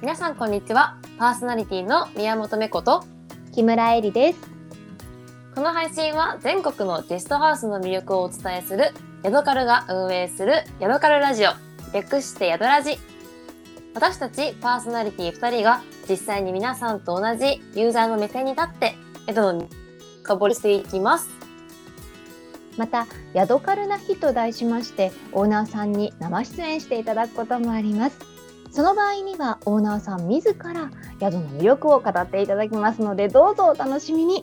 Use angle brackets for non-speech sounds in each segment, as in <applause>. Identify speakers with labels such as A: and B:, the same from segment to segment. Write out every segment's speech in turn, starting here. A: 皆さんこんにちはパーソナリティの宮本芽子と
B: 木村えりです。
A: この配信は全国のゲストハウスの魅力をお伝えするヤドカルが運営するヤドカルラジオ略してヤドラジ私たちパーソナリティ2人が実際に皆さんと同じユーザーの目線に立って江戸の深掘りしていきます
B: また、ヤドカルな日と題しまして、オーナーさんに生出演していただくこともあります。その場合には、オーナーさん自ら宿の魅力を語っていただきますので、どうぞお楽しみに。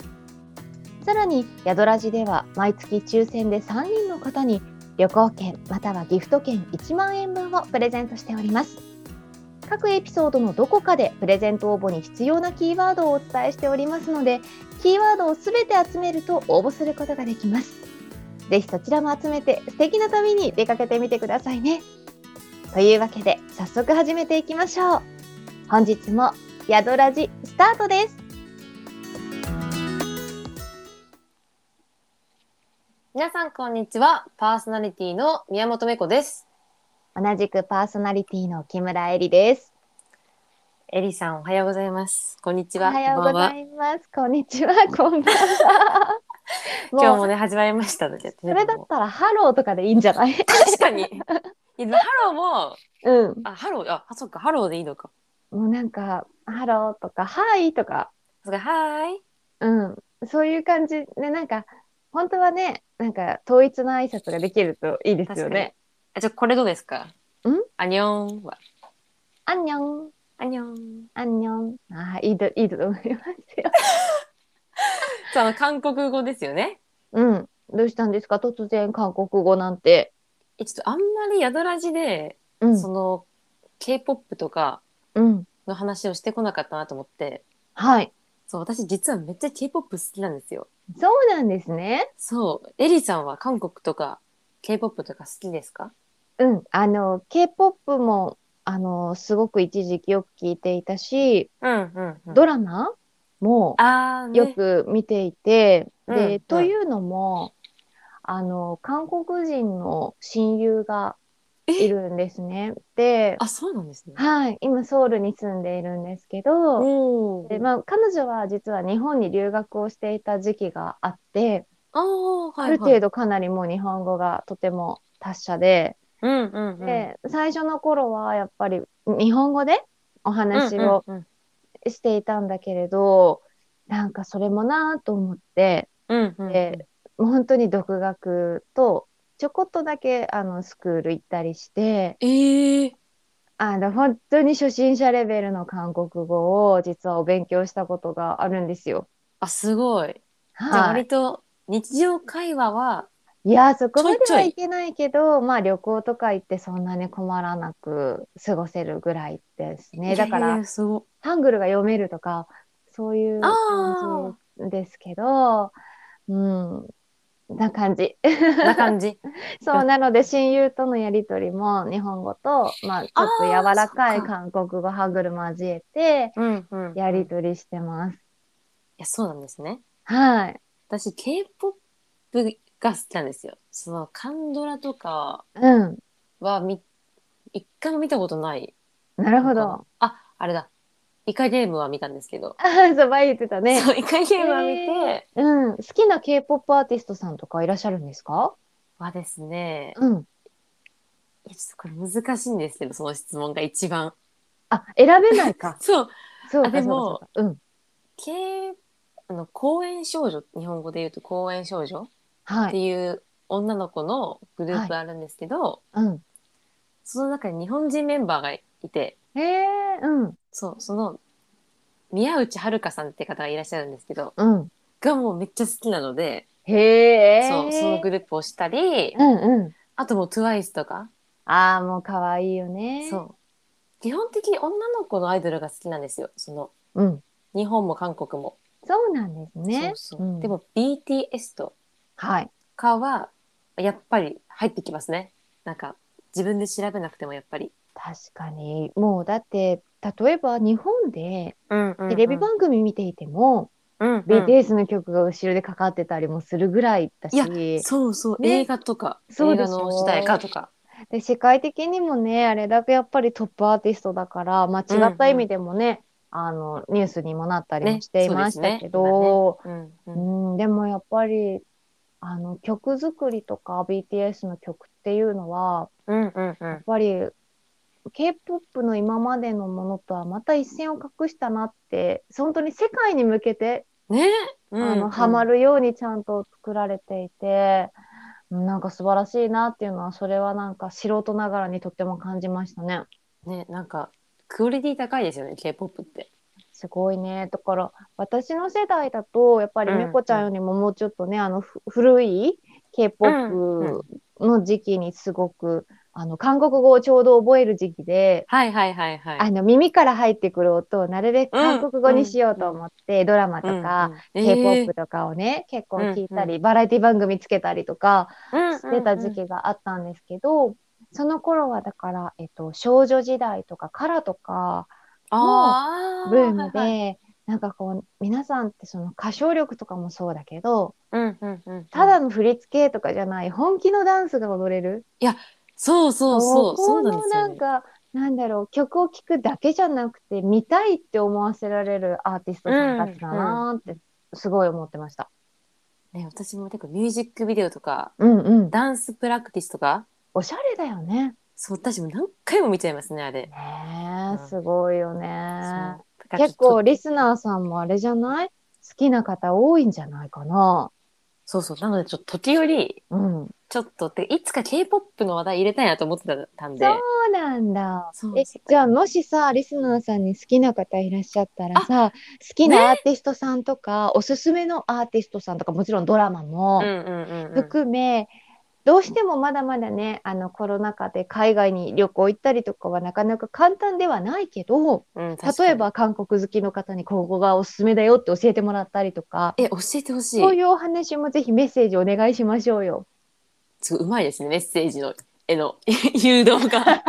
B: さらに、宿ラジでは毎月抽選で3人の方に旅行券またはギフト券1万円分をプレゼントしております。各エピソードのどこかでプレゼント応募に必要なキーワードをお伝えしておりますので、キーワードをすべて集めると応募することができます。ぜひそちらも集めて素敵な旅に出かけてみてくださいね。というわけで早速始めていきましょう。本日も宿ラジスタートです。
A: 皆さんこんにちはパーソナリティの宮本芽子です
B: 同じくパーソナリティの木村えりです。
A: エリさんおはようございますこんにち
B: お
A: は
B: はようございます。こんにちは。 <laughs> こんばんは。
A: こんばんは今日
B: も
A: も
B: う
A: ね始まりましただけど
B: それだったらハローとかでいいんじゃない <laughs>
A: 確かにいやハローも
B: うん。
A: あハローあそっかハローでいいのか
B: もうなんか、ハローとか、はいとか、
A: そっかはーい
B: うん。そういう感じで、なんか、本当はね、なんか統一の挨拶ができるといいですよね。
A: あ、じゃあこれどうですかんアニョンは。
B: アンニョン。
A: アニョン。
B: アンニョン。ああ、いいと、いいと思いますよ。 <laughs>
A: そう、あの、韓国語ですよね。
B: うん。どうしたんですか突然韓国語なんて。
A: え、ちょっとあんまりヤドラジで、
B: うん。
A: その、K-POP とか
B: うん。
A: の話をしてこなかったなと思って、
B: はい。
A: そう、私実はめっちゃ K-POP 好きなんですよ。
B: そうなんですね。
A: そう、エリさんは韓国とか K-POP とか好きですか
B: うん。あの、K-POP も、あの、すごく一時期よく聞いていたし、
A: うんうん、
B: ドラマも
A: あー、ね、
B: よく見ていて、
A: うん
B: で、
A: うん
B: というのも、あの、韓国人の親友がいるんですね。で、
A: あ、そうなんですね。
B: はい。今、ソウルに住んでいるんですけど、
A: お
B: で
A: ー。
B: まあ、彼女は実は日本に留学をしていた時期があって、
A: あー、はい、はい。
B: ある程度かなりもう日本語がとても達者で,、
A: うんうんうん。
B: で最初の頃はやっぱり日本語でお話を
A: うん
B: していたんだけれど、なんかそれもなぁと思って
A: うんうん。うんうん
B: でもう本当に独学とちょこっとだけあのスクール行ったりして
A: えー、
B: あの本当に初心者レベルの韓国語を実はお勉強したことがあるんですよ。
A: あ、すごい。じゃあ
B: はい
A: 割と日常会話はい
B: やーそこまで
A: ちょいち
B: は
A: ょい
B: いけないけどまあ旅行とか行ってそんなに困らなく過ごせるぐらいですねだか
A: いやい
B: ら
A: やすご
B: ハングルが読めるとかそういう
A: あ
B: 感じですけどうんな感じ <laughs>
A: いな感じ
B: そうなので親友とのやり取りも日本語とまあちょっと柔らか
A: そ
B: い
A: っか
B: 韓国語ハングル交えて
A: うんうん
B: や
A: い
B: り取りしてます
A: やそうなんですね
B: はい
A: 私 K-POP が好きなんですよそのカンドラとか
B: うん
A: はみ一回も見たことない
B: なるほ
A: の
B: ど
A: かなああれだイカゲームは見たんですけど、
B: あー <laughs> そう前言ってたね
A: そうイカゲームは見て、
B: うん、好きな K-POP アーティストさんとかいらっしゃるんですか
A: はですね
B: うん。
A: いやちょっとこれ難しいんですけどその質問が一番。
B: あ、選べないか
A: <laughs> そう
B: そう
A: あ
B: か、
A: で
B: そう
A: も
B: かそうか。うん。
A: K あの公園少女日本語で言うと公園少女
B: は
A: って
B: い。
A: いう女の子のグループあるんですけど、
B: うん。
A: その中に日本人メンバーがいて、
B: へえ、うん。
A: そう、その、宮内遥さんって方がいらっしゃるんですけど、
B: うん。
A: がもうめっちゃ好きなので、
B: へえ。
A: そう、そのグループをしたり、
B: うんう
A: あともう TWICE とか、
B: ん。ああ、もう可愛いよね。
A: そう。基本的に女の子のアイドルが好きなんですよ。その、
B: う。うん。
A: 日本も韓国も。
B: そうなんですね。
A: そうそう。
B: うん
A: でも BTS と
B: はい。
A: かは、やっぱり入ってきますね。なんか、自分で調べなくてもやっぱり。
B: 確かに。もうだって、例えば日本で
A: うんうんうん
B: テレビ番組見ていても、
A: うんうん
B: BTS の曲が後ろでかかってたりもするぐらいだし。
A: そうそう、
B: ね
A: 映画とか、
B: そう
A: 映
B: で
A: 画
B: しょ
A: の主題歌とか。
B: で世界的にもねあれだけやっぱりトップアーティストだから、まあ、違った意味でもね、あのニュースにもなったりも
A: ね
B: してい
A: そうで
B: まし
A: すね
B: たけど、
A: うんう
B: うんんでもやっぱりあの曲作りとか BTS の曲っていうのは
A: うんうんう
B: や
A: ん
B: っぱり k p o p の今までのものとはまた一線を画したなって本当に世界に向けて
A: ねうん
B: あ
A: う
B: の、
A: ん
B: ハマるようにちゃんと作られていて、なんか素晴らしいなっていうのは、それはなんか素人ながらにとっても感じましたね。
A: ねなんかクオリティ高いですよね K-POP って
B: すごいね。だから、私の世代だと、やっぱり
A: うん
B: めこちゃんよりももうちょっとね、あの、ふ古い K-POP の時期にすごく、あの、韓国語をちょうど覚える時期で、
A: はいはいはいはい
B: あの、耳から入ってくる音をなるべく韓国語にしようと思って、ドラマと
A: うんうん
B: か、
A: え
B: K-POP とかをね、結構聞いたり、バラエティ番組つけたりとか、
A: ー
B: してた時期があったんですけど、その頃はだから、えっと、少女時代とかカラとか
A: あ
B: ブームで、
A: はいはい
B: なんかこう皆さんってその歌唱力とかもそうだけど
A: うんうんうん
B: ただの振り付けとかじゃない本気のダンスが踊れる
A: そうそうそう
B: こ
A: そうな
B: こ
A: んで
B: の
A: す
B: な
A: よ
B: ん
A: ね
B: かなんだろう曲を聴くだけじゃなくて見たいって思わせられるアーティストさんたちだなーってすごい思ってました。
A: ね私も結構ミュージックビデオとか
B: うんうん、
A: ダンスプラクティスとか
B: おしゃれだよね。
A: そう私も何回も見ちゃいますねあれ、
B: ね
A: う
B: え
A: ん
B: すごいよ
A: そ
B: ね
A: うだから
B: 結構リ
A: ちょっと
B: スナーさんもあれじゃない好きな方多いんじゃないかな。
A: そうそうなのでちょっと時折
B: うん。
A: ちょっとでいつか K-POP の話題入れたいなと思ってたんで
B: そうなんだ。
A: そう
B: え、じゃあもしさ、リスナーさんに好きな方いらっしゃったらさ、好きなアーティストさんとか、おすすめのアーティストさんとか、もちろんドラマ
A: うん
B: も
A: うんうんうん
B: 含め、どうしてもまだまだね、あのコロナ禍で海外に旅行行ったりとかはなかなか簡単ではないけど、
A: うん、確かに
B: 例えば韓国好きの方にここがおすすめだよって教えてもらったりとか、
A: え教えてほしい
B: そういうお話もぜひメッセージお願いしましょうよ。
A: すごいうまいですねメッセージの絵の <laughs> 誘導が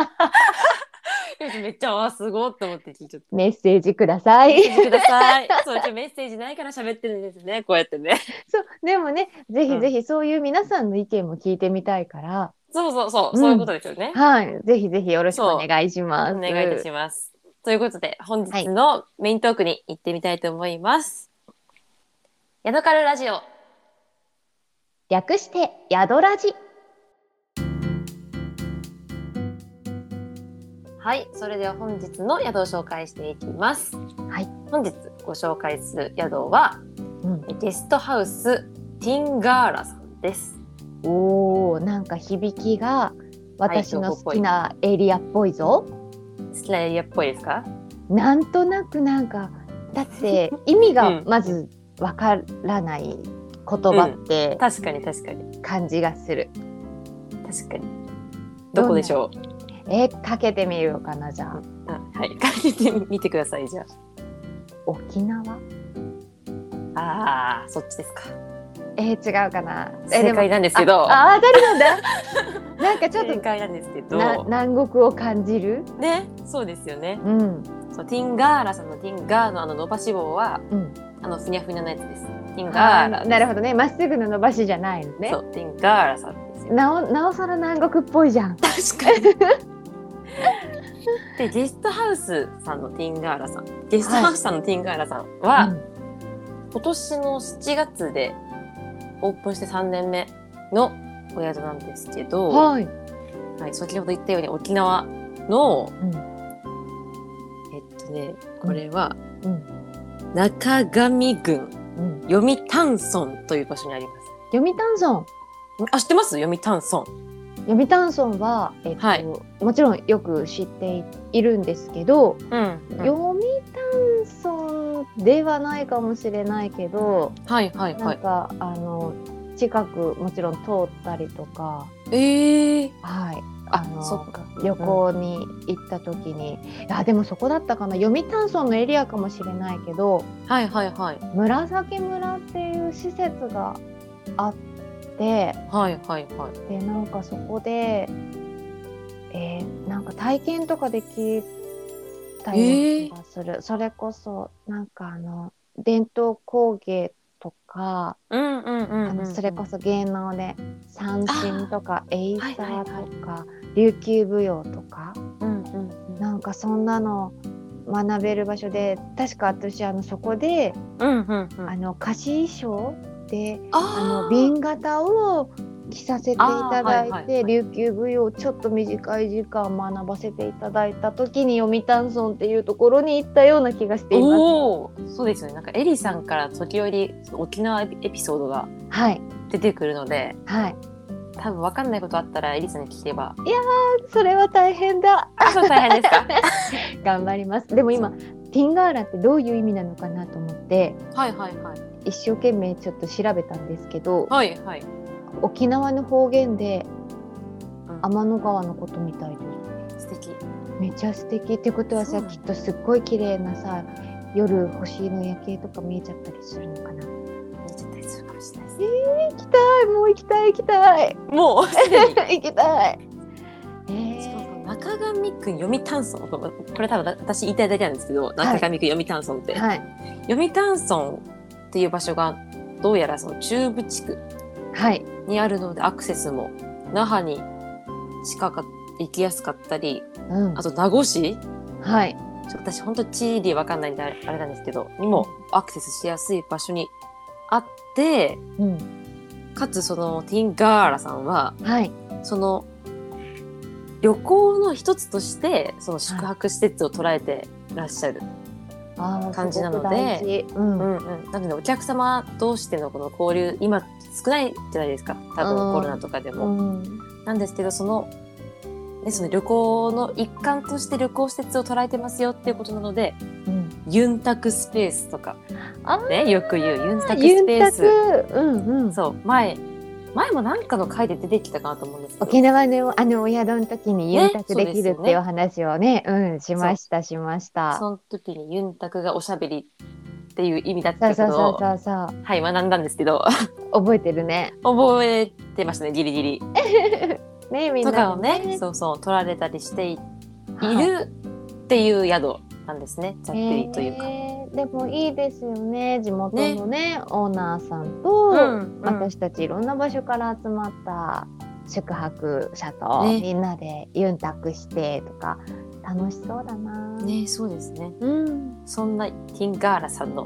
A: <laughs> めっちゃわすごっと思って聞いちゃった。
B: メッセージくださ
A: メッ
B: い。
A: セージください。そう、じゃあメッセージないから喋ってるんですね。こうやってね。
B: <laughs> そう、でもね、ぜ
A: う
B: ひ
A: ん
B: ぜひそういう皆さんの意見も聞いてみたいから、
A: そうそうそうう、
B: ん
A: そういうことですよね。
B: はい、ぜひぜひよろしくお
A: そう
B: 願いします。
A: お願いいた
B: ま
A: します。ということで、本日のメイントークに行ってみたいと思います。ヤドカルラジオ。
B: す。略して、ヤドラジ。
A: はい、それでは本日の宿を紹介していきます。
B: はい、
A: 本日ご紹介する宿は
B: うん、
A: ゲストハウスティンガーラさんです。
B: おー、なんか響きが私の好きなエリアっぽいぞ。
A: 好きなエリアっぽいですか？
B: なんとなくなんか、
A: <laughs>
B: だって意味がまずわからない言葉って
A: 確かに確かに
B: 感じがする。
A: 確かに。どこでしょう？
B: え、かけてみようかな、じゃあ。
A: あはい、書いてみてくださいじゃ
B: 沖縄
A: あ。ああ、そっちですか。
B: えー違うかな。え
A: 正解なんですけ
B: あ
A: ど。
B: あー、誰なんだ。なんかち
A: <laughs>
B: ょっ
A: 正
B: と
A: 解なんですけど。
B: な南国を感じる。
A: ね、そうですよね。
B: うん、
A: そうティンガーラさんのティンガーのあの伸ばし棒は
B: うん。
A: あのふにゃふにゃのやつです。ティンガーラ
B: あ
A: です。
B: なるほどね。まっすぐの伸ばしじゃないのね
A: そ。う、ティンガーラさんですよ。
B: なおなおさら南国っぽいじゃん。
A: 確かに。 <laughs> で、ゲストハウスさんのティンガーラさん、ゲストハウスさんのティンガーラさんは、
B: うん
A: 今年の7月でオープンして3年目のお宿なんですけど、は
B: はい。
A: い、先ほど言ったように沖縄の、
B: う
A: え
B: ん
A: っとね、これは
B: うん
A: 中上郡
B: うん。
A: 読谷村という場所にあります。
B: 読谷村。
A: あ、知ってます読谷村。
B: 読谷村は、えっと
A: はい
B: もちろんよく知っていいるんですけど、
A: うん
B: 読谷村ではないかもしれないけど、
A: はいはいは
B: なん
A: い。
B: か、あの近くもちろん通ったりとか、
A: ええー。
B: はい、
A: あ
B: あ、の
A: そっか。
B: 旅行に行った時に、あでもそこだったかな読谷村のエリアかもしれないけど
A: はいはいはい。
B: 紫村っていう施設があって
A: はいはいはい。
B: でなんかそこで、えーなんか体験とかできたような気がする、それこそなんかあの伝統工芸とか、
A: うんうんうん、うん。
B: あのそれこそ芸能で三線とかエイサーとか、
A: はいはいはい
B: 琉球舞踊とか
A: うんうん
B: なんかそんなの学べる場所で確か私あのそこで
A: うんうんうん
B: あの歌詞衣装であ
A: あ
B: の
A: 瓶
B: 瓶型を着させていただ
A: あーはい
B: い
A: はいはい
B: て琉球舞踊をちょっと短い時間学ばせていただいた時に読谷村っていうところに行ったような気がしています。
A: おおそうですよねなんかエリさんから時折沖縄エピソードが
B: はい、
A: 出てくるので
B: はい、
A: 多分わかんないことあったらエリさんに聞けば
B: それは大変だ
A: あそう大変ですか
B: 頑張りますでも今ティンガーラってどういう意味なのかなと思って
A: <laughs> はいはいはい
B: 一生懸命ちょっと調べたんですけど
A: はいはい、
B: 沖縄の方言で
A: うん
B: 天の川のことみたいです
A: 素敵
B: めちゃ素敵ってことは
A: そう
B: さ
A: なの
B: きっとすっごい綺麗なさ夜星の夜景とか見えちゃったりするのかな
A: 見
B: 行
A: ちゃったりするかもしれないです
B: きたいもう行きたい行きたい
A: もうすでに
B: 行きたいえ
A: しかも
B: ー、
A: 中上くん読谷村これ多分私言いたいだけなんですけど中上くん読谷村って、
B: はい
A: 読谷村っていう場所がどうやらその中部地区
B: はい
A: にあるのでアクセスも那覇に近か行きやすかったり
B: うん
A: あと名護市ちょ
B: はい
A: っと私本当地理わかんないんであれあれなんですけどにもアクセスしやすい場所にあって
B: うん
A: かつそのティンガーラさんは
B: はい
A: その旅行の一つとしてその宿泊施設を捉えてらっしゃる、
B: あー
A: 感じなのです
B: ごく大事うん
A: うんうん、なのでお客様同士でのこの交流今少ないじゃないですか多
B: う
A: 分
B: ん
A: コロナとかでも。
B: うん
A: なんですけどその,、ね、その旅行の一環として旅行施設を捉えてますよっていうことなので
B: うん
A: ユンタクスペースとか
B: あ、
A: ね、よく言うユンタク
B: ユ
A: ス
B: ン
A: ペー
B: タ
A: ス
B: ク、うんうん。
A: そう前前もなんかの回で出てきたかなと思うんですけど
B: 沖縄のあのお宿の時にユンタク
A: ね
B: できる
A: そう
B: っ
A: です
B: て
A: よね
B: お話をね、うん、しましたしました。
A: その時にユンタクがおしゃべりっていう意味だっ
B: そ
A: た
B: う
A: け
B: そう
A: ど
B: そうそうそう、
A: はい学んだんですけど <laughs>
B: 覚えてるね。
A: 覚えてましたねギリギリ。
B: ね、みん
A: とか
B: な
A: を
B: で
A: ねそうそう取られたりしていい
B: はい
A: るっていう宿なんですねざっくりというか。
B: えーでもいいですよね。地元のね、オーナーさんと、
A: うん
B: 私たちいろんな場所から集まった宿泊者と、
A: ね
B: みんなでユンタクしてとか楽しそうだな。
A: ね、そうですね。
B: うん。
A: そんなティンガーラさんの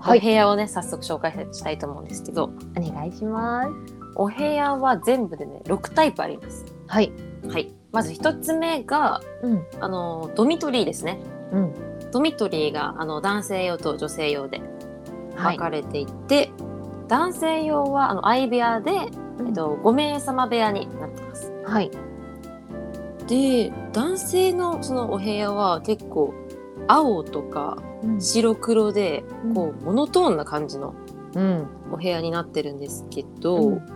A: お
B: は
A: 部
B: い、
A: 屋をね、早速紹介したいと思うんですけど、
B: お願いします。
A: お部屋は全部でね、6タイプあります。
B: はい。
A: はい。まず一つ目が、
B: うん。
A: あの、ドミトリーですね。
B: うん。
A: ドミトリーが、あの、男性用と女性用で
B: は
A: 分
B: い。
A: かれていて、男性用は、あの、相部屋で、えっと、5名様部屋になってます。
B: はい。
A: で、男性のそのお部屋は結構、青とか白黒で、こう、モノトーンな感じの
B: う、うん、
A: お部屋になってるんですけど、
B: うん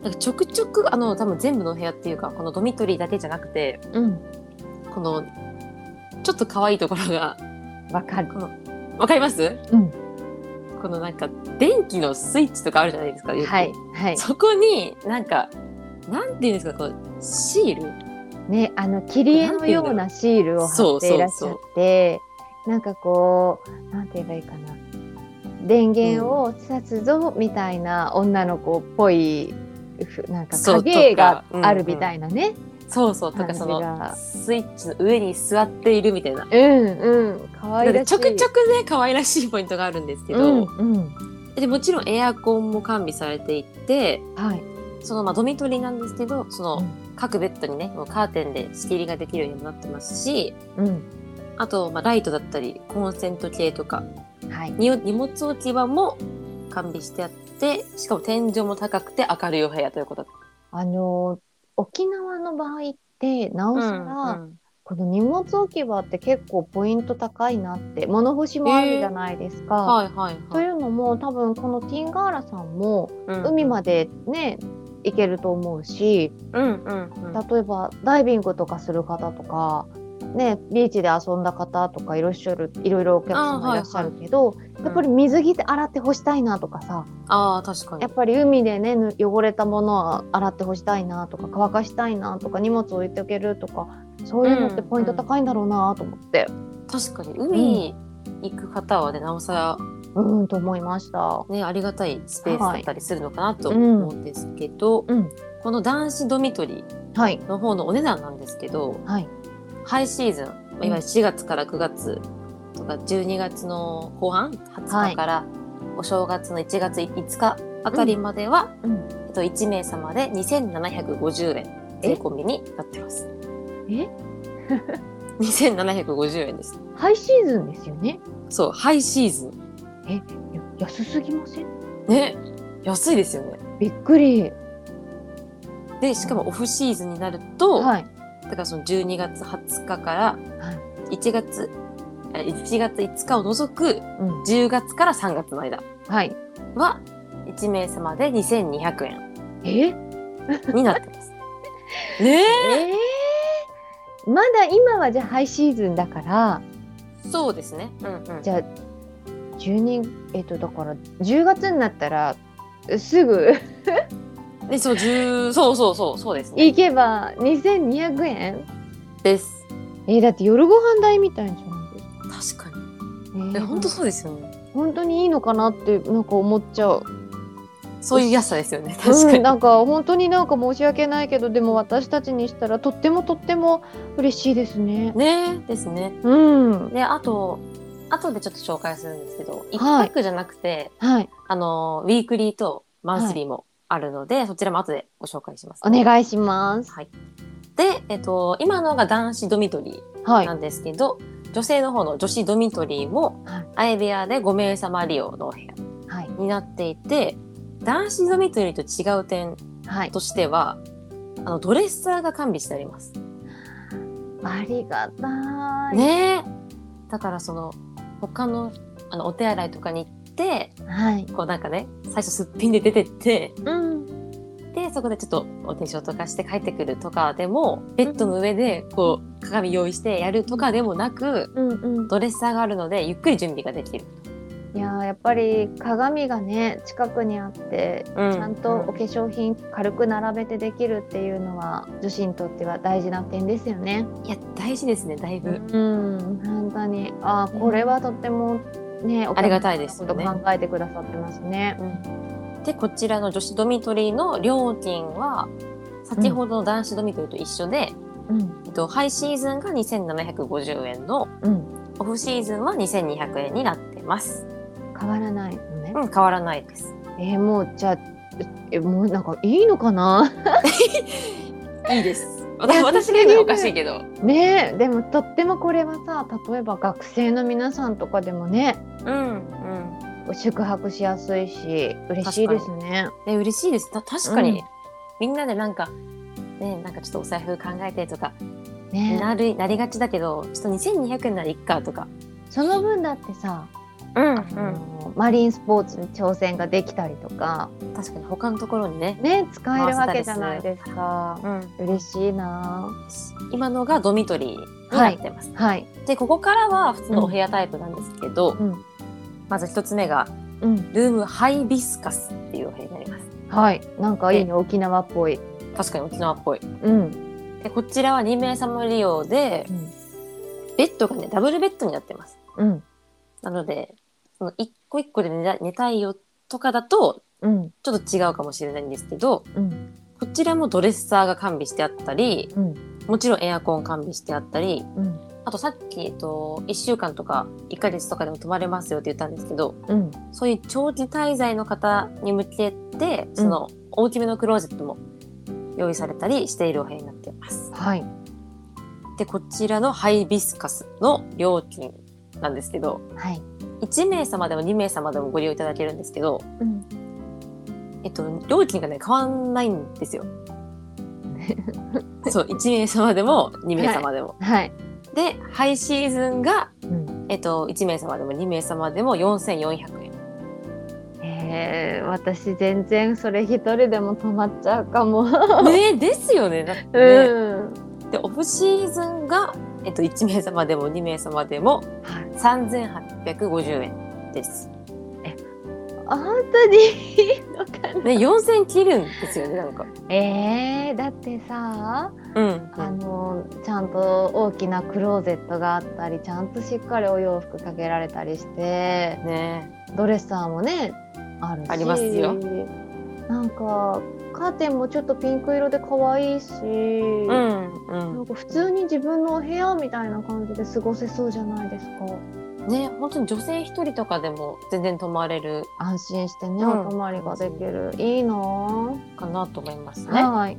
A: なんかちょくちょくあの多分全部のお部屋っていうかこのドミトリーだけじゃなくて
B: うん、
A: このちょっと可愛いところが <laughs>
B: わかる。
A: わかります、
B: うん
A: このなんか電気のスイッチとかあるじゃないですかよく
B: はい、はい。
A: そこになんかなんていうんですかこうシール
B: ね、あの切り絵のようなシールを貼っていらっしゃって、なんかこう、なんて言えばいいかな。電源を刺すぞみたいな女の子っぽい、ふなんか
A: そう
B: 影が
A: とかうん
B: あるみたいなね。
A: そうそうとかその
B: 感じが
A: スイッチの上に座っているみたいな。
B: うん、うん、可
A: な
B: 愛
A: の
B: ら
A: で
B: しい。
A: ちょくちょくね可愛らしいポイントがあるんですけ
B: うん、
A: ど、
B: うん、
A: でもちろんエアコンも完備されていて
B: はい、
A: そのまあドミトリーなんですけど、そうの
B: ん
A: 各ベッドにね、もうカーテンで仕切りができるようにもなってますし、
B: うん、
A: あと、まあライトだったり、コンセント系とか、
B: はい。
A: に荷物置き場も完備してあって、しかも天井も高くて明るいお部屋ということで。
B: あの沖縄の場合って、なおさら、
A: うん
B: この荷物置き場って結構ポイント高いなって物干しもあるじゃないですか。
A: はいはい
B: と
A: はいい。
B: うのも多分このティンガーラさんも海ま
A: で。
B: でね、行けると思うし
A: うんうんうん。
B: 例えばダイビングとかする方とか、ね、ビーチで遊んだ方とかいらっしゃるいろいろお客様いらっしゃるけど、やっぱり水着で洗って干したいなとかさ、
A: ああ、確かに
B: やっ。ぱり海でねぬ汚れたものを洗って干したいなとか乾かしたいなとか荷物置いておけるとかそういうのってポイント高いんだろうなと思って。
A: 確かに、海行く方はね、なおさ
B: うんと思いました。
A: らね、ありがたいスペースだったりするのかなと
B: はいうん
A: 思うんですけど、
B: うん
A: この男子ドミトリー
B: はい。
A: の方のお値段なんですけど、
B: はい。
A: ハイシーズン、まあいわゆる4月から9月とか12月の後半、20日からお正月の1月5日あたりまでは、
B: うん。
A: えっと、1名様で2750円税込みになってます。
B: え
A: ?2750 円です。
B: ハイシーズンですよね。
A: そう、ハイシーズン。
B: や安すぎません
A: ね。安いですよね。
B: びっくり。
A: で、しかもオフシーズンになると、
B: はい。
A: だからその12月20日から
B: は
A: 1月、あ1月5日を除く
B: うん。
A: 10月から3月の間
B: はい。
A: は1名様で2200円
B: ええ
A: になって <laughs> ます。ね
B: ーまだ今はじゃあハイシーズンだから、
A: えそうですね。うんうん
B: じ。ゃあ、12、えっと、だから、10月になったら、すぐ
A: で、そう、10、そうそうそう、そうですね。
B: 行けば2200円
A: です。
B: えーだって夜ご飯代みたいじゃないですか。
A: 確かに。
B: え
A: え、
B: ー
A: 本当そうですよね。
B: 本当にいいのかなってなんか思っちゃう。
A: そういう安さですよね。確か
B: うん、
A: に。
B: なんか本当になんか申し訳ないけどでも私たちにしたらとってもとっても嬉しいですね。
A: ねえですね。
B: うん。
A: で、あと、後でちょっと紹介するんですけど、一
B: はい
A: 泊じゃなくて、
B: はい。
A: あの、ウィークリーとマンスリーもあるので、そちらも後でご紹介します。
B: お願いします。
A: で、えっと、今のが男子ドミトリ
B: は
A: ー
B: い
A: な。んですけど、女性の方の女子ドミトリーも、
B: はい
A: 相部屋で5名様利用のお部屋
B: はい。
A: になっていて、男子ドミトリーと違う点
B: はい。
A: としては、あの、ドレッサーが完備してあります。
B: ありがたい。。
A: ねえ。だからその、他の、あの、お手洗いとかに行って、
B: はい。
A: こうなんかね、最初すっぴんで出てって、
B: うん。
A: で、そこでちょっとお手帳とかして帰ってくるとかでも、ベッドの上でこう、鏡用意してやるとかでもなく、
B: うんうん。
A: ドレッサーがあるので、ゆっくり準備ができる。
B: いやーやっぱり鏡がね近くにあって
A: うん
B: ちゃんとお化粧品軽く並べてできるっていうのは女子にとっては大事な点ですよね。
A: いや、大事ですね、だいぶ。
B: うん、本当に、あー、これはとってもね、お客様の
A: ありがたいですよね
B: こと考えてくださってますね。
A: で、こちらの女子ドミトリーの料金は、先ほどの男子ドミトリーと一緒で、
B: うん、
A: えっと、ハイシーズンが2750円の、
B: うん、
A: オフシーズンは2200円になってます。
B: 変わらないのね。
A: うん、変わらないです。
B: えーもうじゃあ、えもうなんかいいのかな。
A: いいです。
B: い
A: 私
B: や
A: 私が言うのはおかしいけど。
B: ねえ、でもとってもこれはさ、例えば学生の皆さんとかでもね、
A: うん、うん。
B: 宿泊しやすいし、嬉しいですね。
A: で、嬉しいです。た確かに、
B: うん
A: みんなでなんか、ね、なんかちょっとお財布考えてとか、
B: ね
A: なる、なりがちだけど、ちょっと2200円ならいっかとか。
B: え、その分だってさ、
A: うん、
B: あのーマリンスポーツに挑戦ができたりとか、
A: 確かに他のところにね。
B: ね、使えるわけじゃないですか。
A: うん。
B: 嬉しいな
A: 今のがドミトリーになってます。
B: ぁ。はい。
A: で、ここからは普通のお部屋タイプなんですけど、
B: うん。
A: まず一つ目が、
B: うん。
A: ルームハイビスカスっていうお部屋になります。
B: はい。なんかいいね。沖縄っぽい。
A: 確かに沖縄っぽい。
B: うん。
A: でこちらは2名様利用で、ベッドがね、ダブルベッドになってます。
B: うん。
A: なので、その一個一個で寝た寝たいよとかだと、
B: うん。
A: ちょっと違うかもしれないんですけど、
B: うん。
A: こちらもドレッサーが完備してあったり、
B: うん。
A: もちろんエアコン完備してあったり、
B: うん。
A: あとさっき、えっと、1週間とか1ヶ月とかでも泊まれますよって言ったんですけど、
B: うん。
A: そういう長期滞在の方に向けて、その大きめのクローゼットも用意されたりしているお部屋になっています。
B: はい。
A: で、こちらのハイビスカスの料金なんですけど、
B: はい。
A: 1名様でも2名様でもご利用いただけるんですけど、
B: うん。
A: えっと、料金がね、変わんないんです
B: <laughs>
A: よ。そう、1名様でも2名様でも。
B: はい。
A: で、ハイシーズンが、
B: うん。
A: えっと、1名様でも2名様でも4400円。
B: <laughs> えー、私全然それ一人でも泊まっちゃうかも。
A: ねですよね。だってね、
B: うん。
A: で、オフシーズンが、えっと、1名様でも2名様でも
B: はい。
A: 3850円です。
B: 本当にいいのかな。
A: ね、4000切るんですよね、なんか。
B: <laughs> えー、だってさ、
A: うん。
B: あのちゃんと大きなクローゼットがあったりちゃんとしっかりお洋服かけられたりして
A: ね
B: ドレッサーもねあるし
A: ありますよ
B: なんかカーテンもちょっとピンク色で可愛いし、
A: うん
B: な
A: うん
B: か普通に自分のお部屋みたいな感じで過ごせそうじゃないですか。
A: ん。ね、本当に女性一人とかでも全然泊まれる
B: 安心してね、
A: うん
B: お泊まりができる。いいなぁ。
A: かなと思いますね。
B: はい。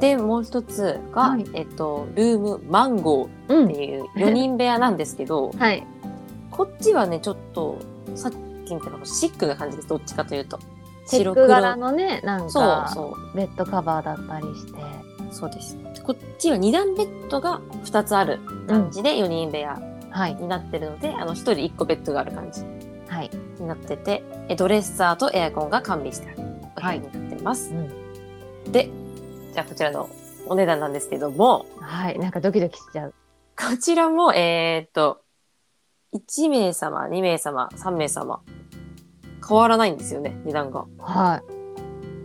A: で、もう一つが、
B: はい
A: えっと、ルームマンゴー
B: う
A: って。いう4人部屋なんですけど、
B: はい。
A: こっちはね、ちょっと、さっきみたいなシックな感じです。どっちかというと。
B: チェック柄のね、なん
A: そう
B: か、
A: そう。
B: ベッドカバーだったりして。
A: そうです。こっちは2段ベッドが2つある感じで4人部屋
B: はい。
A: になってるので、あの1人1個ベッドがある感じ
B: はい。
A: になってて、えドレッサーとエアコンが完備してあるお部屋になってます。
B: はい
A: で、じゃあこちらのお値段なんですけども、
B: はい。なんかドキドキしちゃう。
A: こちらも、えーっと、1名様、2名様、3名様、変わらないんですよね、値段が。
B: は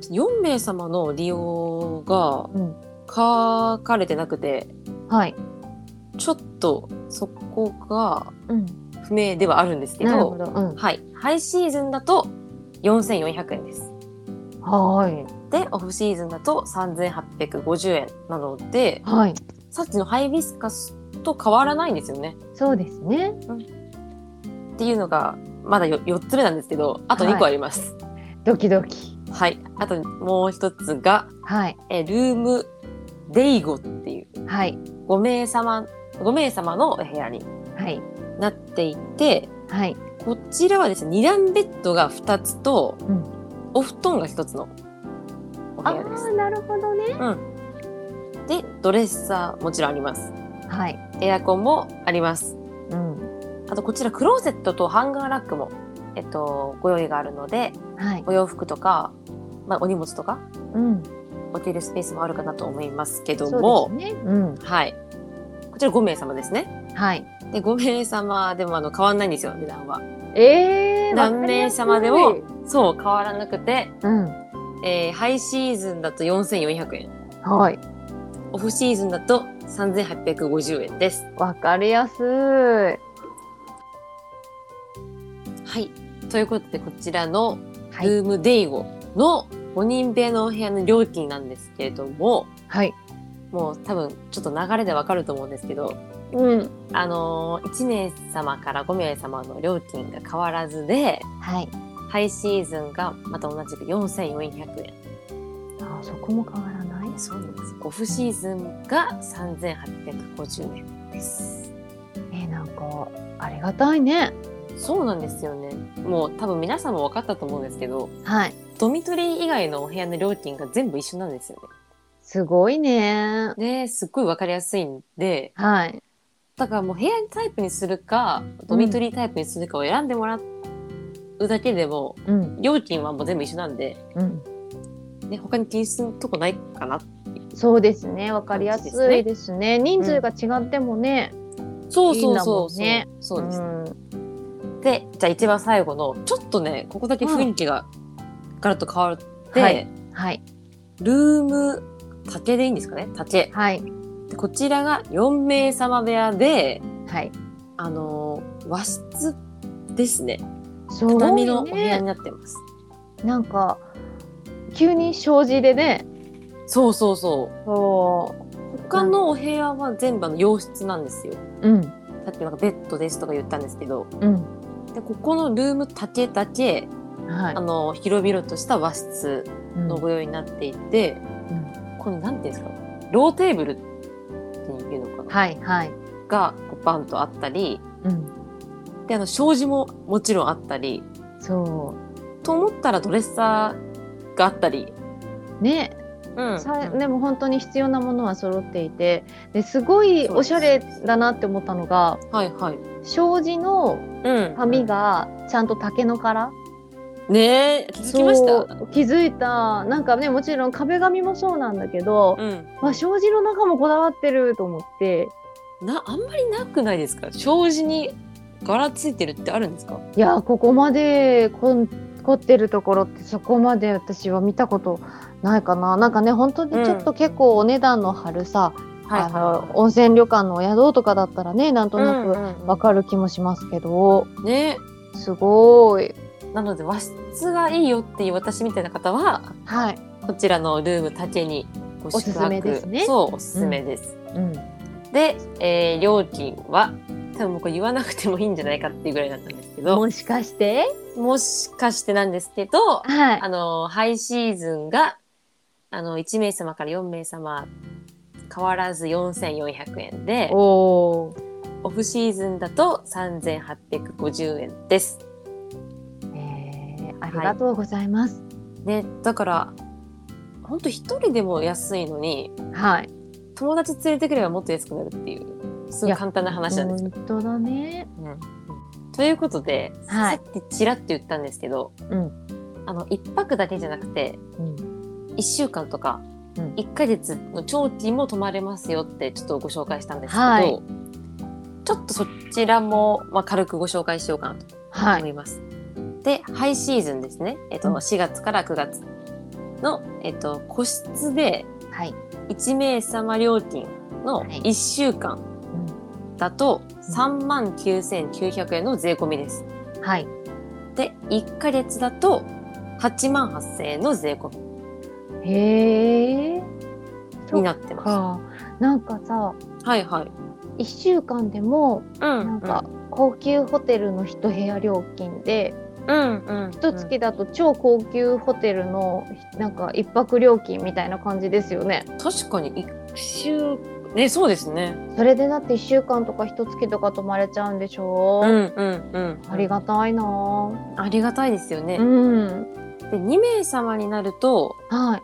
A: 4名様の利用が
B: い。うん。
A: 書かれてなくて、
B: はい。
A: ちょっとそこが
B: うん。
A: 不明ではあるんですけ
B: なるほ
A: ど、
B: ど。うん。
A: はい。ハイシーズンだと4400円です。
B: はい。
A: で、オフシーズンだと3850円なので、
B: はい。
A: さっきのハイビスカスと変わらないんですよね。
B: そうですね。
A: っていうのが、まだよ4つ目なんですけど、あと2個あります。
B: ドキドキ。
A: はい。あともう一つが、
B: はい。
A: えルームデイゴっていう
B: はい。
A: 5名様、5名様のお部屋に
B: はい。
A: なっていて、
B: はい。
A: こちらはですね、2段ベッドが2つと、
B: うん
A: お布団が1つのお部
B: あ
A: 屋です
B: あ、。なるほどね。
A: で、ドレッサーもちろんあります。
B: はい。
A: エアコンもあります。
B: うん。
A: あと、こちらクローゼットとハンガーラックも、えっと、ご用意があるので、
B: はい。
A: お洋服とか、まあ、お荷物とか、
B: うん。
A: 置けるスペースもあるかなと思いますけど
B: そ
A: も、
B: うですね。うん。
A: はい。こちら5名様ですね。
B: はい。
A: で、5名様でもあの変わんないんですよ、値段は。
B: えー、
A: 何名様で
B: わ
A: も
B: かりやすい
A: そう、変わらなくて、
B: うん。
A: えーハイシーズンだと4400円。
B: はい。
A: オフシーズンだと3850円です。
B: わかりやすい。
A: はい。ということで、こちらの
B: はい
A: ルームデイゴの5人部屋のお部屋の料金なんですけれども、
B: はい。
A: もう多分ちょっと流れでわかると思うんですけど、
B: うん。
A: あのー、1名様から5名様の料金が変わらずで、
B: はい。
A: ハイシーズンがまた同じく4400円。
B: あそこも変わらない。
A: そうなんです。オフシーズンが3850円です。
B: えー、なんか、ありがたいね。
A: そうなんですよね。もう多分皆さんも分かったと思うんですけど、
B: はい。
A: ドミトリー以外のお部屋の料金が全部一緒なんですよ
B: すごいね。
A: ね。で、すっごい分かりやすいんで、
B: はい。
A: だからもう部屋タイプにするか、ドミトリータイプにするかを選んでもらうだけでも、
B: うん。
A: 料金はもう全部一緒なんで、
B: うん。
A: ね、他に気にするとこないかな。
B: そうですね。わかりやすいですね。人数が違ってもね。
A: そう
B: う
A: そ
B: そうう
A: そ
B: そうう
A: そう。
B: う
A: そうです、
B: ん。
A: で、じゃあ一番最後の、ちょっとね、ここだけ雰囲気がガラッと変わって、
B: はいはい。
A: ルーム竹でいいんですかね竹。
B: はい。
A: でこちらが4名様部屋で、
B: はい。
A: あのー和室ですね。
B: すご
A: 畳
B: い
A: のお部屋
B: ね
A: に。なってます。
B: なんか、急に障子でね。
A: そうそうそう。
B: そう。
A: 他のお部屋は全部あの洋室なんですよ。
B: うん。
A: さっきなんかベッドですとか言ったんですけど、
B: うん。
A: でここのルーム竹だけ、
B: はい
A: あ。の広々とした和室
B: うん
A: のご用意になっていて、
B: うん
A: これなんていうんですか、ローテーブルっていうのかな、
B: はい。はい。
A: がこうバンとあったり、
B: うん。
A: であの障子ももちろんあったり、
B: そ
A: と思ったらドレッサーがあったり、
B: う。ね。
A: うん
B: さでも本当に必要なものは揃っていてですごいおしゃれだなって思ったのが
A: はいはい、
B: 障子の
A: うん
B: 紙がちゃんと竹の殻
A: ねえ気づきまし
B: そう
A: た。
B: 気づいたなんかねもちろん壁紙もそうなんだけど、
A: うん、
B: わ障子の中もこだわってると思って
A: なあんまりなくないですか障子に柄ついてるってあるんですか
B: いやここまでこん凝ってるところってそこまで私は見たことないかななんかね本当にちょっと結構お値段の張るさ、あの温泉旅館のお宿とかだったらねなんとなく、わかる気もしますけど、
A: ね
B: すごい。
A: なので和室がいいよっていう私みたいな方は
B: はい。
A: こちらのルームだけにご宿泊
B: おすすめですね
A: そうおすすめです、
B: うん、
A: で、えー料金は多分もうこれ言わなくてもいいんじゃないかっていうぐらいだったんですけど
B: もしかして
A: もしかしてなんですけど
B: はい
A: あのハイシーズンがあの1名様から4名様変わらず4400円で
B: おー
A: オフシーズンだと3850円です。
B: えーありがとうございます
A: ね、だから本当一人でも安いのに
B: はい、
A: 友達連れてくればもっと安くなるっていうすごい簡単な話なんですけ
B: 本
A: ど。
B: 当だね
A: うんということで、
B: はい
A: さっきちらっと言ったんですけど、
B: うん
A: あの1泊だけじゃなくて
B: うん
A: 1週間とか
B: うん
A: 1ヶ月の長期も泊まれますよってちょっとご紹介したんですけど、
B: はい
A: ちょっとそちらも、まあ、軽くご紹介しようかなと
B: は
A: 思
B: い
A: います。で、ハイシーズンですね。えっと、
B: うん
A: 4月から9月の、えっと、個室で
B: はい、
A: 1名様料金の
B: はい
A: 1週間
B: うん
A: だと3万9900円の税込みです。
B: はい
A: で、1ヶ月だと8万8000円の税込
B: へえ
A: みになってま
B: かなんかさ
A: す。はいはい。
B: 1週間でも
A: うんう。
B: なんか高級ホテルの一部屋料金で
A: うんうん。
B: 一月だと超高級ホテルのなんか一泊料金みたいな感じですよね
A: 確かに1週、ね、そうですね。
B: それでだって1週間とか一月とか泊まれちゃうんでしょ
A: うんうんうん。
B: ありがたいなぁ
A: ありがたいですよね。
B: うん
A: で、2名様になると、
B: はい、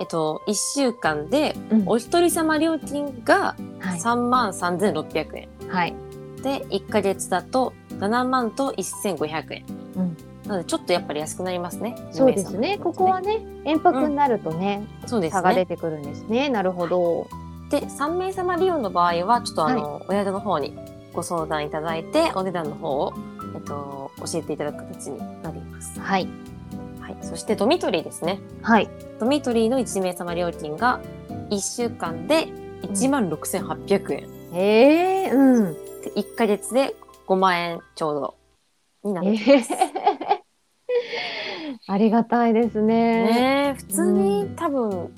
A: えっと、1週間で
B: うん
A: お一人様料金が
B: はい
A: 3万3600円、
B: はい
A: で1ヶ月だと7万と1500円、
B: うん
A: なのでちょっとやっぱり安くなりますね
B: そうですねここはね遠泊になるとね、
A: そうです
B: 差が出
A: ね
B: てくるんですねなるほど
A: で3名様利用の場合はちょっとあの、お宿の方にご相談いただいてお値段の方を、えっと、教えていただく形になります、
B: はい
A: はい、そしてドミトリーですね
B: はい
A: ドミトリーの1名様料金が1週間で1万6800円、
B: えー、うん
A: で1ヶ月で5万円ちょうどになって
B: え
A: ます。
B: ー <laughs> ありがたいですね。
A: ねえ普通に多分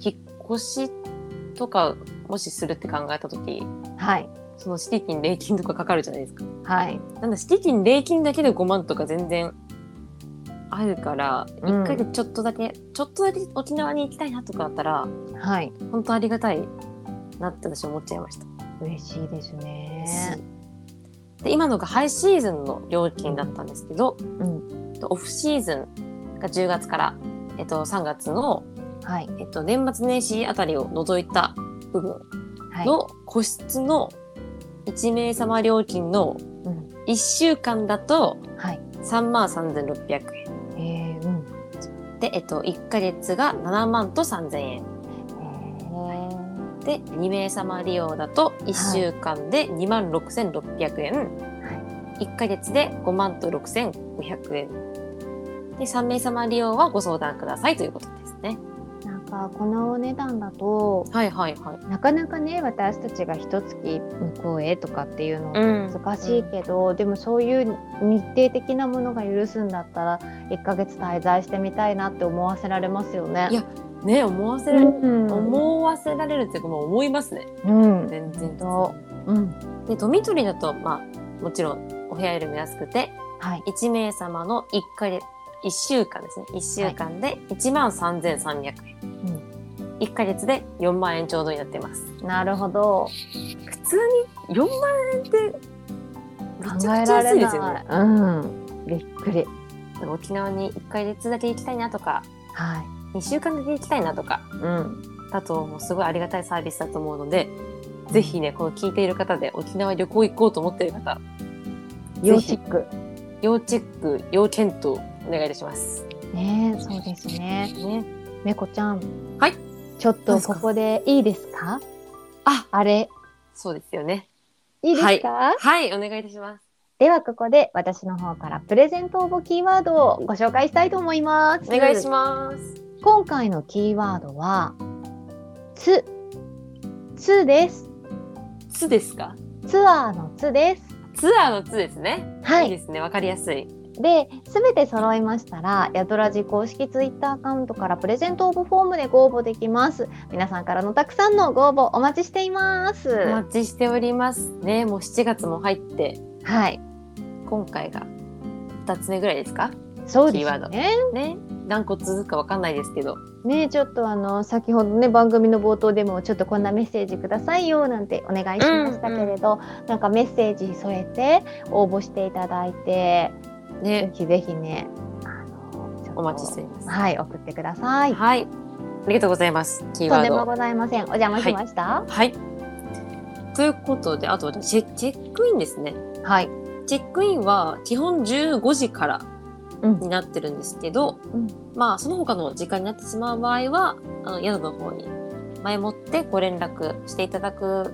A: 引っ越しとかもしするって考えた時
B: はい
A: その敷金礼金とかかかるじゃないですか。
B: はい
A: なんだ敷金礼金だけで5万とか全然あるから
B: うん
A: 1ヶ月ちょっとだけ、ちょっとだけ沖縄に行きたいなとかだったら
B: はい
A: 本当ありがたいなって私思っちゃいました。
B: 嬉しいですね。
A: で今のがハイシーズンの料金だったんですけど、
B: ん
A: えっとオフシーズンが10月から、えっと、3月の、
B: はい
A: えっと、年末年始あたりを除いた部分
B: はい。
A: の個室の1名様料金の
B: うん
A: 1週間だと
B: はい。
A: 3万3600円
B: えー、うん。
A: で、えっと、1ヶ月が7万と3000円で2名様利用だと1週間で2万6600円、1ヶ月で5万と6500円で3名様利用はご相談くださいということですね
B: えー、なんかこのお値段だと
A: はいはいはい
B: なかなかね私たちが一月向こうへとかっていうの
A: うん
B: 難しいけど、でもそういう日程的なものが許すんだったら1ヶ月滞在してみたいなって思わせられますよね。
A: いやね思わせられる、
B: うん、
A: 思わせられるっていうかもう思いますね
B: うん、
A: 全然
B: とうん、
A: でドミトリーだとまあもちろんお部屋よりも安くて
B: はい。
A: 1名様の1ヶ月1週間ですね1週間で1万3300円、1ヶ月で4万円ちょうどになってます
B: なるほど。
A: 普通に4万円ってめち
B: 考
A: ゃ
B: え
A: くちゃ
B: ら
A: 安
B: れ
A: い
B: な
A: で
B: い。
A: すよね。
B: うん。びっくり。
A: 沖縄に1ヶ月だけ行きたいなとか
B: はい。
A: 2週間だけ行きたいなとか
B: うん。
A: だともうすごいありがたいサービスだと思うのでぜひねこの聞いている方で沖縄旅行行こうと思っている方
B: 要
A: 要
B: チ
A: チェ
B: ック。
A: 要チェック要検討お願いいたします。
B: ねえ、そうですね。
A: ね、
B: めこちゃん。
A: はい。
B: ちょっ
A: なん
B: と
A: ですか
B: ここでいいですか。
A: あ、
B: あれ。
A: そうですよね。
B: いいですか。
A: はいお願いいたします。
B: ではここで私の方からプレゼント応募キーワードをご紹介したいと思います。
A: お願いし
B: ま
A: ます。
B: す。今回のキーワードは。つ。つです。
A: つですか？
B: ツアーのつです。
A: ツアーのつですね。
B: はい
A: いいですねわかりやすい。
B: で全て揃いましたらヤドラジ公式ツイッターアカウントからプレゼント応募フォームでご応募できます皆さんからのたくさんのご応募お待ちしています
A: お待ちしておりますねもう7月も入って
B: はい
A: 今回が2つ目ぐらいですか
B: そうで
A: キーワー
B: す
A: ド
B: ね
A: ね何個続くかわかんないですけど
B: ねちょっとあの先ほどね番組の冒頭でもちょっとこんなメッセージくださいよなんてお願いしましたけれど、なんかメッセージ添えて応募していただいてぜ
A: ね
B: ひぜひねあのちょっと
A: お待ちしています
B: はい送ってください、
A: はいありがとうございますキー
B: とん
A: ワー
B: でも
A: ド
B: ございませんお邪魔しました
A: はいということであとチェチェックインですね
B: はい、
A: チェックインは基本15時から
B: うん
A: になってるんですけど、
B: うん
A: まあその他の時間になってしまう場合はあの宿の方に前もってご連絡していただく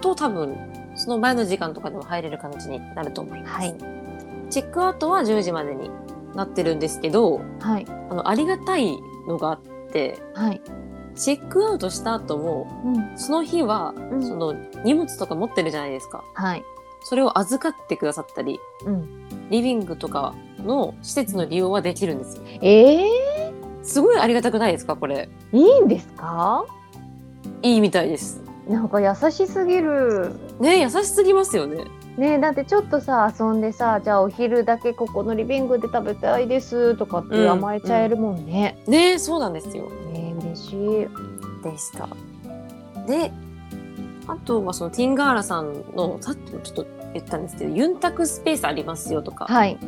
A: と多分その前の時間とかでも入れる感じになると思います。
B: はい
A: チェックアウトは10時までになってるんですけど
B: はい
A: あのありがたいのがあって
B: はい、
A: チェックアウトした後も
B: うん、
A: その日は、
B: うん
A: その荷物とか持ってるじゃないですか。
B: はい、
A: それを預かってくださったり
B: うん、
A: リビングとかの施設の利用はできるんですよ。
B: えー、
A: すごいありがたくないですかこれ。
B: いいんですか？
A: いいみたいです。
B: なんか優しすぎる。
A: ね優しすぎますよね。
B: ねえだってちょっとさ遊んでさじゃあお昼だけここのリビングで食べたいですとかって甘えちゃえるもんね、
A: ねそうなんですよ。
B: ねえ嬉しい
A: でした。で、あとはそのティンガーラさんの、さっきもちょっと言ったんですけど、ユンタクスペースありますよとか、
B: はい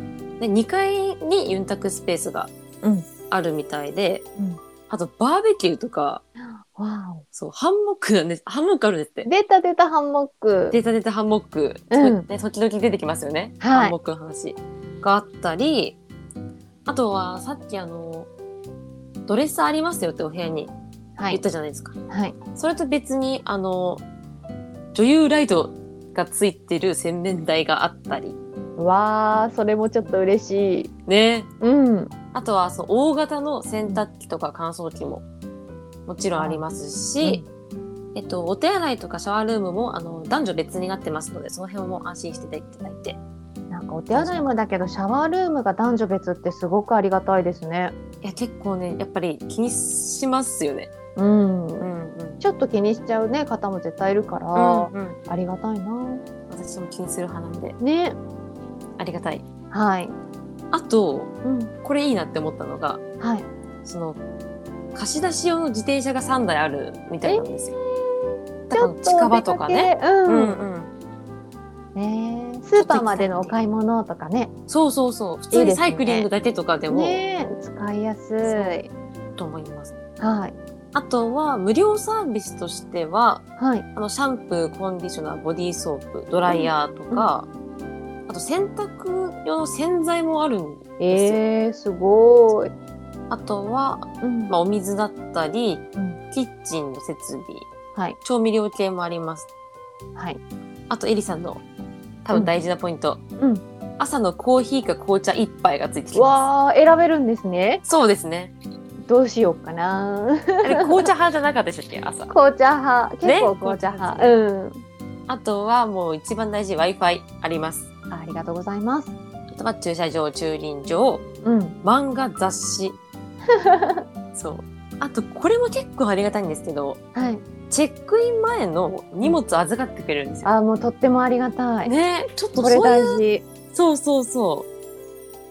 A: で2階にユンタクスペースが
B: うん
A: あるみたいで、
B: うん
A: あとバーベキューとか、
B: わお
A: そう、ハンモックなんです。ハンモックあるんですって。
B: 出た出たハンモック
A: データデータハンモック、
B: うん
A: ね、時々出てきますよね、
B: はい
A: ハンモックの話があったりあとはさっきあのドレッサーありますよってお部屋に
B: は
A: 言っ
B: い
A: たじゃないですか、
B: はい
A: それと別にあの女優ライトがついてる洗面台があったり
B: わあそれもちょっと嬉しい
A: ね
B: うん
A: あとはそう大型の洗濯機とか乾燥機ももちろんありますし、えっと、お手洗いとかシャワールームもあの男女別になってますのでその辺も安心していただいて
B: なんかお手洗いもだけどシャワールームが男女別ってすごくありがたいですね
A: いや結構ねやっぱり気にしますよね。
B: うん、
A: んうん。
B: ちょっと気にしちゃうね方も絶対いるから、
A: うんうん、
B: ありがたいな
A: 私も気にする派なんで
B: ね
A: ありがたい。
B: はい
A: あと
B: うん
A: これいいなって思ったのが
B: はい
A: その貸し出し用の自転車が3台あるみたいなんですよ。だから近場とかね。
B: ちょっとお出かけう、
A: うんんうん。
B: ねえスーパーまでのお買い物とかね
A: そうそうそう普通
B: いいで
A: に
B: すね
A: サイクリングだけとかでも
B: ねえ使いやすい
A: と思います。
B: はい
A: あとは無料サービスとしては
B: はい
A: あのシャンプーコンディショナーボディーソープドライヤーとか、あと洗濯用の洗剤もあるんですよ。
B: えー、すごい、
A: あとは、
B: うん
A: まあ、お水だったり、
B: うん
A: キッチンの設備、
B: はい
A: 調味料系もあります。
B: はい
A: あと、エリさんの多分大事なポイント。
B: うん
A: 朝のコーヒーか紅茶一杯がついてきま
B: わあ選べるんですね
A: す。そうです
B: <laughs>
A: ね。
B: どうしようかな <laughs>
A: あれ紅茶派じゃなかったでしたっけ朝。
B: 紅茶派結構
A: ね
B: 紅茶派、
A: あとはもう一番大事 Wi-Fi あります。
B: うんありがとうございます
A: あとは駐車場、駐輪場、
B: うん
A: 漫画、雑
B: <laughs>
A: 誌。そう。あと、これも結構ありがたいんですけど、
B: はい
A: チェックイン前の荷物預かってくれるんですよ。
B: あーもうとってもありがたい、
A: ねちょっと
B: こ
A: そうい
B: れ
A: う
B: 大事
A: そうそうそう。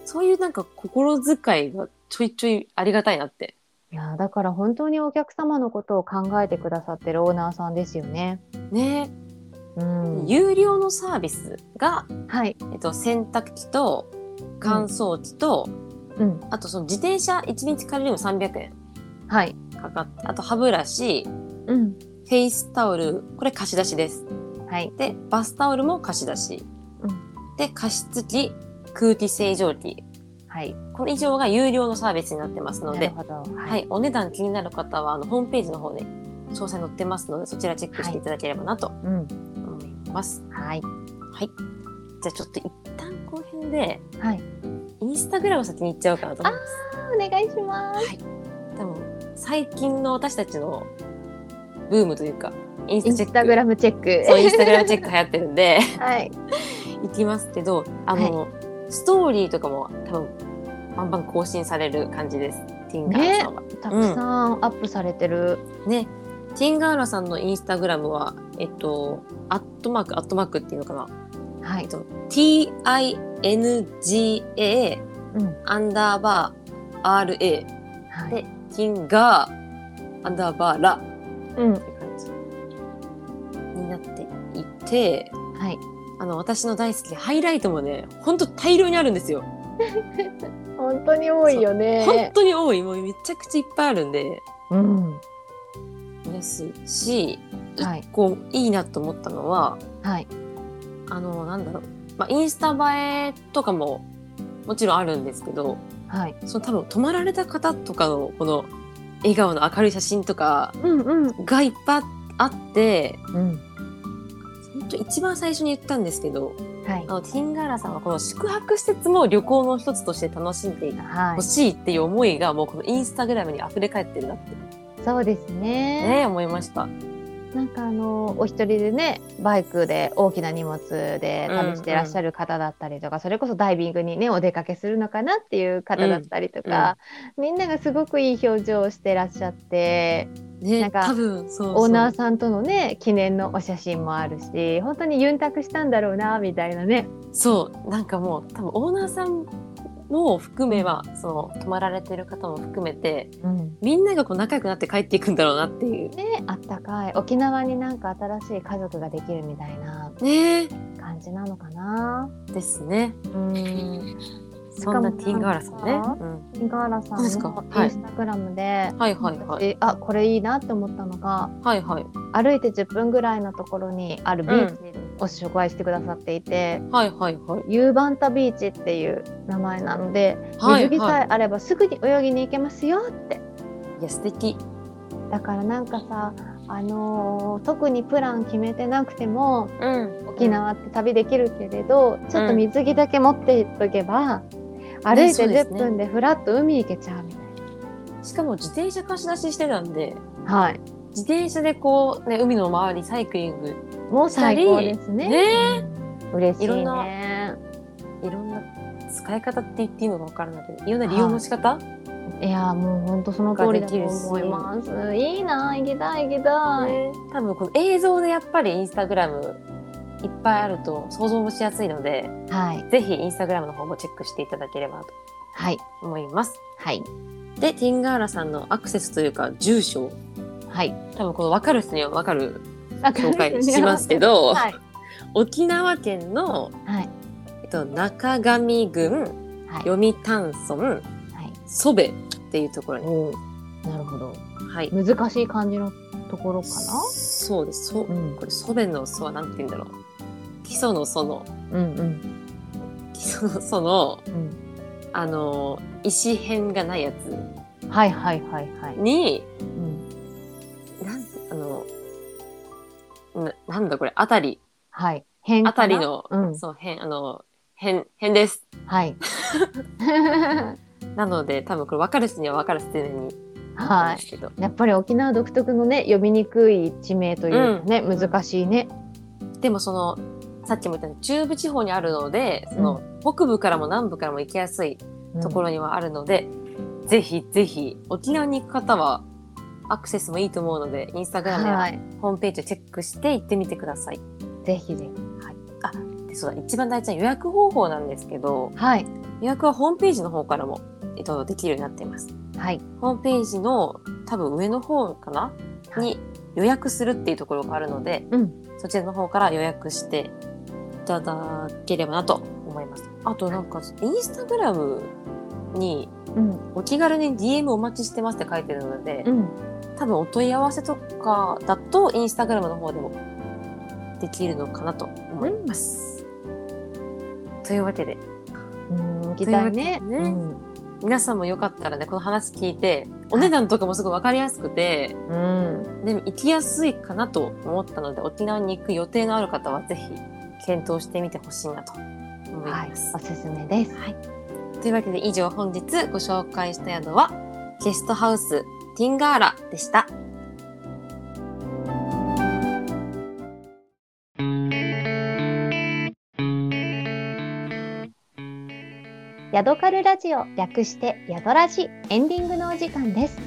A: そういうなんか心遣いがちょいちょいありがたいなって。
B: いやーだから本当にお客様のことを考えてくださってるオーナーさんですよね
A: ね、
B: うん
A: 有料のサービスが、
B: はい
A: えっと、洗濯機と乾燥機と、
B: うん
A: あとその自転車1日借りるの300円
B: はい
A: かかって、あと歯ブラシ、
B: うん
A: フェイスタオル、これ貸し出しです。
B: はい
A: で、バスタオルも貸し出し。
B: うん
A: で、加湿器、空気清浄機。
B: はい
A: これ以上が有料のサービスになってますの
B: な
A: で
B: る、ほど
A: はい、お値段気になる方はあのホームページの方で詳細載ってますのでそちらチェックしていただければなと
B: うん
A: 思います。
B: はい。
A: はい、じゃあちょっと一旦後編で
B: はい。
A: インスタグラム先に行っちゃおうかなと思います。
B: お願いします。
A: でも最近の私たちのブームというかイン
B: イン
A: スタチェック
B: スタグラムチェック。
A: <laughs> そうインスタグラムチェック流行ってるんで
B: はい。
A: 行きますけどあの、ストーリーとかも多分バンバン更新される感じです。ティンガーラさんは。
B: たくさんアップされてる、
A: ね。ティンガーラさんのインスタグラムは、えっと、アットマーク、アットマークっていうのかな。
B: は
A: えっ
B: い、
A: と、TINGA
B: うん
A: アンダーバー RA で、
B: はい、
A: ティンガーアンダーバーラっ
B: うん、
A: て感じになっていて、
B: はい、
A: あの、私の大好きハイライトもね、ほんと大量にあるんですよ。
B: 本当に多いよ
A: 本
B: ね。
A: 当に多い。もうめちゃくちゃいっぱいあるんで、
B: うん、
A: 見やすいし、
B: はい、
A: こう、いいなと思ったのは、
B: はい、
A: あの、なんだろう。まあ、インスタ映えとかも、もちろんあるんですけど、
B: はい、
A: その多分泊まられた方とかのこの笑顔の明るい写真とか
B: うん、うん、
A: がいっぱいあって
B: うん、
A: 本当一番最初に言ったんですけど
B: はい
A: あ、のティンガーラさんはこの宿泊施設も旅行の一つとして楽しんで
B: は
A: ほしいっていう思いがもうこのインスタグラムに溢れ返ってるなって
B: い、そうですね。
A: ね思いました。
B: なんかあのお一人でねバイクで大きな荷物で旅してらっしゃる方だったりとか、それこそダイビングにねお出かけするのかなっていう方だったりとか、みんながすごくいい表情をしてらっしゃってな
A: ね
B: んか
A: 多分そうそう
B: オーナーさんとのね記念のお写真もあるし本当にユンタクしたんだろうなみたいなね。
A: そうなんかもう多分オーナーさんも含めはその泊まられてる方も含めて
B: うん
A: みんながこう仲良くなって帰っていくんだろうなっていう。
B: ね、あったかい沖縄になんか新しい家族ができるみたいな
A: ね
B: 感じなのかな。
A: ですね。
B: うん、
A: そんなティンガーラさんね。
B: ティンガーラさん
A: そうですか
B: の
A: は
B: イ
A: い
B: ンスタグラムで
A: うん、はいはいはい。
B: 私あこれいいなって思ったのが
A: はいはい。
B: 歩いて10分ぐらいのところにあるビーチを紹介してくださっていて、
A: はいはいはい。
B: ユーバンタビーチっていう名前なので、
A: はい
B: 水着さ
A: は
B: えあればすぐに泳ぎに行けますよって
A: い。いや素敵。
B: だからなんかさあのー特にプラン決めてなくても
A: うん。
B: 沖縄って旅できるけれど、ちょっと水着だけ持っていっとけば、歩いて
A: そうです
B: 10
A: ね
B: 分でフラッと海行けちゃうみたい
A: しかも自転車貸し出ししてたんで、
B: な。はい、
A: 自転車でこうね海の周りサイクリング、
B: もう最高ですね。
A: ね
B: うん嬉しいね。
A: いろんないろんな使い方って言っていいのかわからないけど、いろんな利用の仕方、
B: いやもう本当その通りだと思います。いいな行きたい行きたい。
A: ね多分この映像でやっぱりインスタグラムいっぱいあると想像もしやすいので、
B: はい
A: ぜひインスタグラムの方もチェックしていただければなと
B: はい
A: 思います。
B: はい
A: で、ティンガーラさんのアクセスというか住所、
B: はい。
A: 多分この分かる人には分かる紹介しますけど、
B: <laughs> はい
A: 沖縄県の、
B: はい
A: えっと、中上郡
B: はいは
A: 読谷村
B: い。
A: 蘇部っていうところに、
B: おなるほど。
A: はい、
B: 難しい感じのところか
A: そうですそ、
B: な。うん
A: これ蘇部の蘇はなんて言うんだろう基礎の蘇の
B: うんうん
A: 基礎の蘇の
B: うん。
A: あのー石片がないやつ
B: はいはいはいはい。
A: に
B: うん
A: なんあのななんだこれあたり
B: はい。変
A: あ
B: か
A: た
B: な
A: り。の、
B: うん
A: そう辺あの辺辺です
B: はい。
A: なので多分これ分かる人には分かる人に
B: は
A: ですけど、
B: い。やっぱり沖縄独特のね読みにくい地名というかね、
A: ん
B: 難しいね。
A: でもそのさっきも言ったように中部地方にあるのでその北部からも南部からも行きやすいとこ
B: ろ。
A: ろにはあるので、ぜひぜひ沖縄に行く方はアクセスもいいと思うのでインスタグラム
B: は
A: や
B: い。
A: ホームページをチェックして行ってみてください。
B: ぜひぜひ。
A: でそうだ一番大事な予約方法なんですけど
B: はい
A: 予約はホームページの方からも、えっと、できるようになっています。
B: はい
A: ホームページの多分上の方かな、
B: はい
A: に予約するっていうところがあるので、
B: うん
A: そちらの方から予約していただければなと思います。あとなんか、インスタグラムに
B: うん
A: お気軽に DM お待ちしてますって書いてるので、
B: うん。
A: 多分お問い合わせとかだとインスタグラムの方でもできるのかなと思います。というわけで、
B: うん、行きたいね。
A: というわけでね
B: うん
A: 皆さんもよかったらね、この話聞いて、お値段とかもすごいわかりやすくて、
B: うん、
A: でも行きやすいかなと思ったので沖縄に行く予定のある方はぜひ検討してみてほしいなと思い
B: はい
A: ます、、
B: おすすめです。
A: というわけで以上本日ご紹介した宿はゲストハウスティンガーラでした
B: ヤドカルラジオ略してヤドラジエンディングのお時間です。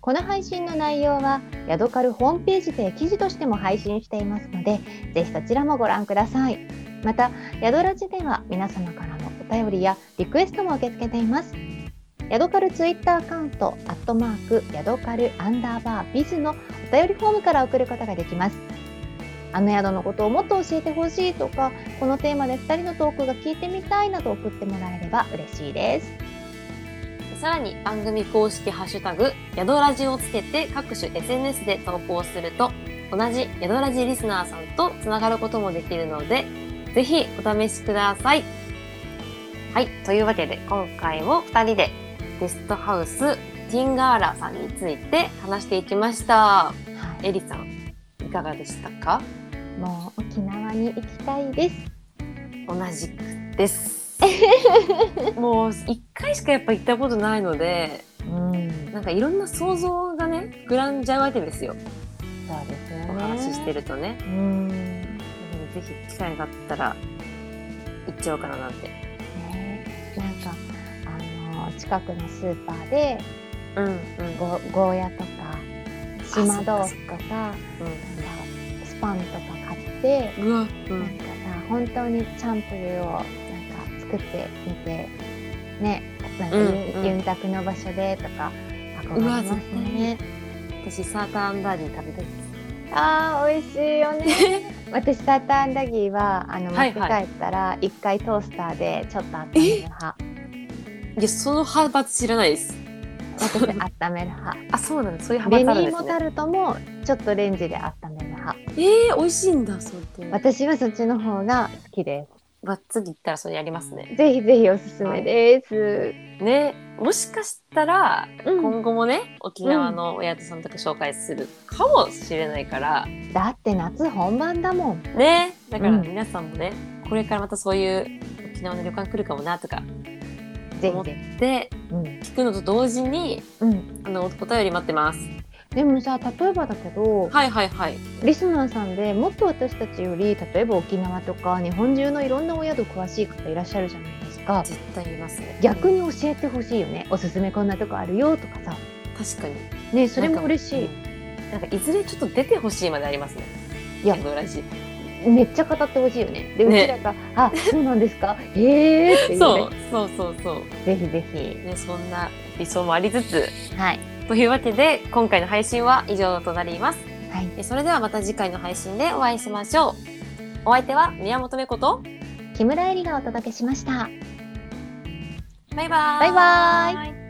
B: この配信の内容はヤドカルホームページで記事としても配信していますので、ぜひそちらもご覧ください。また、ヤドラジでは皆様からのお便りやリクエストも受け付けています。ヤドカルツイッターアカウント、アットマーク、ヤドカルアンダーバービズのお便りフォームから送ることができます。あの宿のことをもっと教えてほしいとか、このテーマで2人のトークが聞いてみたいなど送ってもらえれば嬉しいです。
A: さらに番組公式ハッシュタグ、ヤドラジをつけて各種 SNS で投稿すると、同じヤドラジリスナーさんとつながることもできるので、ぜひお試しください。はい、というわけで今回も2人でゲストハウス、ティンガーラさんについて話していきました。
B: は
A: エリさん、いかがでしたか
B: い、もう沖縄に行きたいです。
A: 同じくです。もう1回しかやっぱ行ったことないので、
B: うん、
A: なんかいろんな想像がね、膨らんじゃうわけですよ。
B: そうですよね。
A: お話ししてるとね。
B: うん。
A: ぜひ機会があったら行っちゃおうかななんて。
B: ね、なんかあの近くのスーパーで
A: うんうん。
B: ゴゴーヤとか島豆腐とかなんだスパンとか買って、
A: うん。うわ。う
B: なん。かさ本当にチャンプルーをなんか作ってみてねなんかユ,、
A: うんうん
B: ユンタクの場所でとか憧れますね。
A: 私サーターアンダーギー食べたいです。
B: あー美味しいよね私サーターアンダギーはあの持
A: は
B: っ
A: い
B: て帰
A: はい
B: ったら一回トースターでちょっと温める派
A: <laughs> いや、その派閥知らないです。
B: 私温める
A: <laughs>
B: 派
A: あ、そうなんだ。そういう
B: ベ
A: 派
B: ニ
A: 閥あるん
B: ー
A: です
B: モ
A: ね
B: タ。ルトもちょっとレンジで温める派
A: えー、美味しいんだ、それで。
B: 私はそっちの方が好きで
A: バッツリ行ったらそれやりますね。
B: すぜひぜひおすすめです、
A: ね、もしかしたら、
B: うん、
A: 今後もね、沖縄のお宿さんとか紹介するかもしれないから、
B: だって夏本番だもん
A: ね、だから
B: うん
A: 皆さんもね、これからまたそういう沖縄の旅館来るかもなとか、
B: ぜひぜ
A: で、
B: ひ、うん
A: 聞くのと同時に
B: うん、
A: あのおお便り待ってます
B: でもさ例えばだけど
A: はいはいはい
B: リスナーさんでもっと私たちより例えば沖縄とか日本中のいろんなお宿詳しい方いらっしゃるじゃないですか
A: 絶対言いますね
B: 逆に教えてほしいよねおすすめこんなとこあるよとかさ
A: 確かに
B: ねそれも嬉し
A: いなんかいずれちょっと出てほしいまでありますね
B: いや
A: ヤドラジ
B: いめっちゃ語ってほしいよねでう
A: ね
B: ちらが、あそうなんですかへえっていう,、ね、
A: そうそうそうそう
B: ぜひぜひ。
A: ねそんな理想もありつつ
B: はい。
A: というわけで今回の配信は以上となります
B: はい。
A: えそれではまた次回の配信でお会いしましょうお相手は宮本芽子と
B: 木村えりがお届けしました。
A: バイバー
B: バイバーイ
A: イ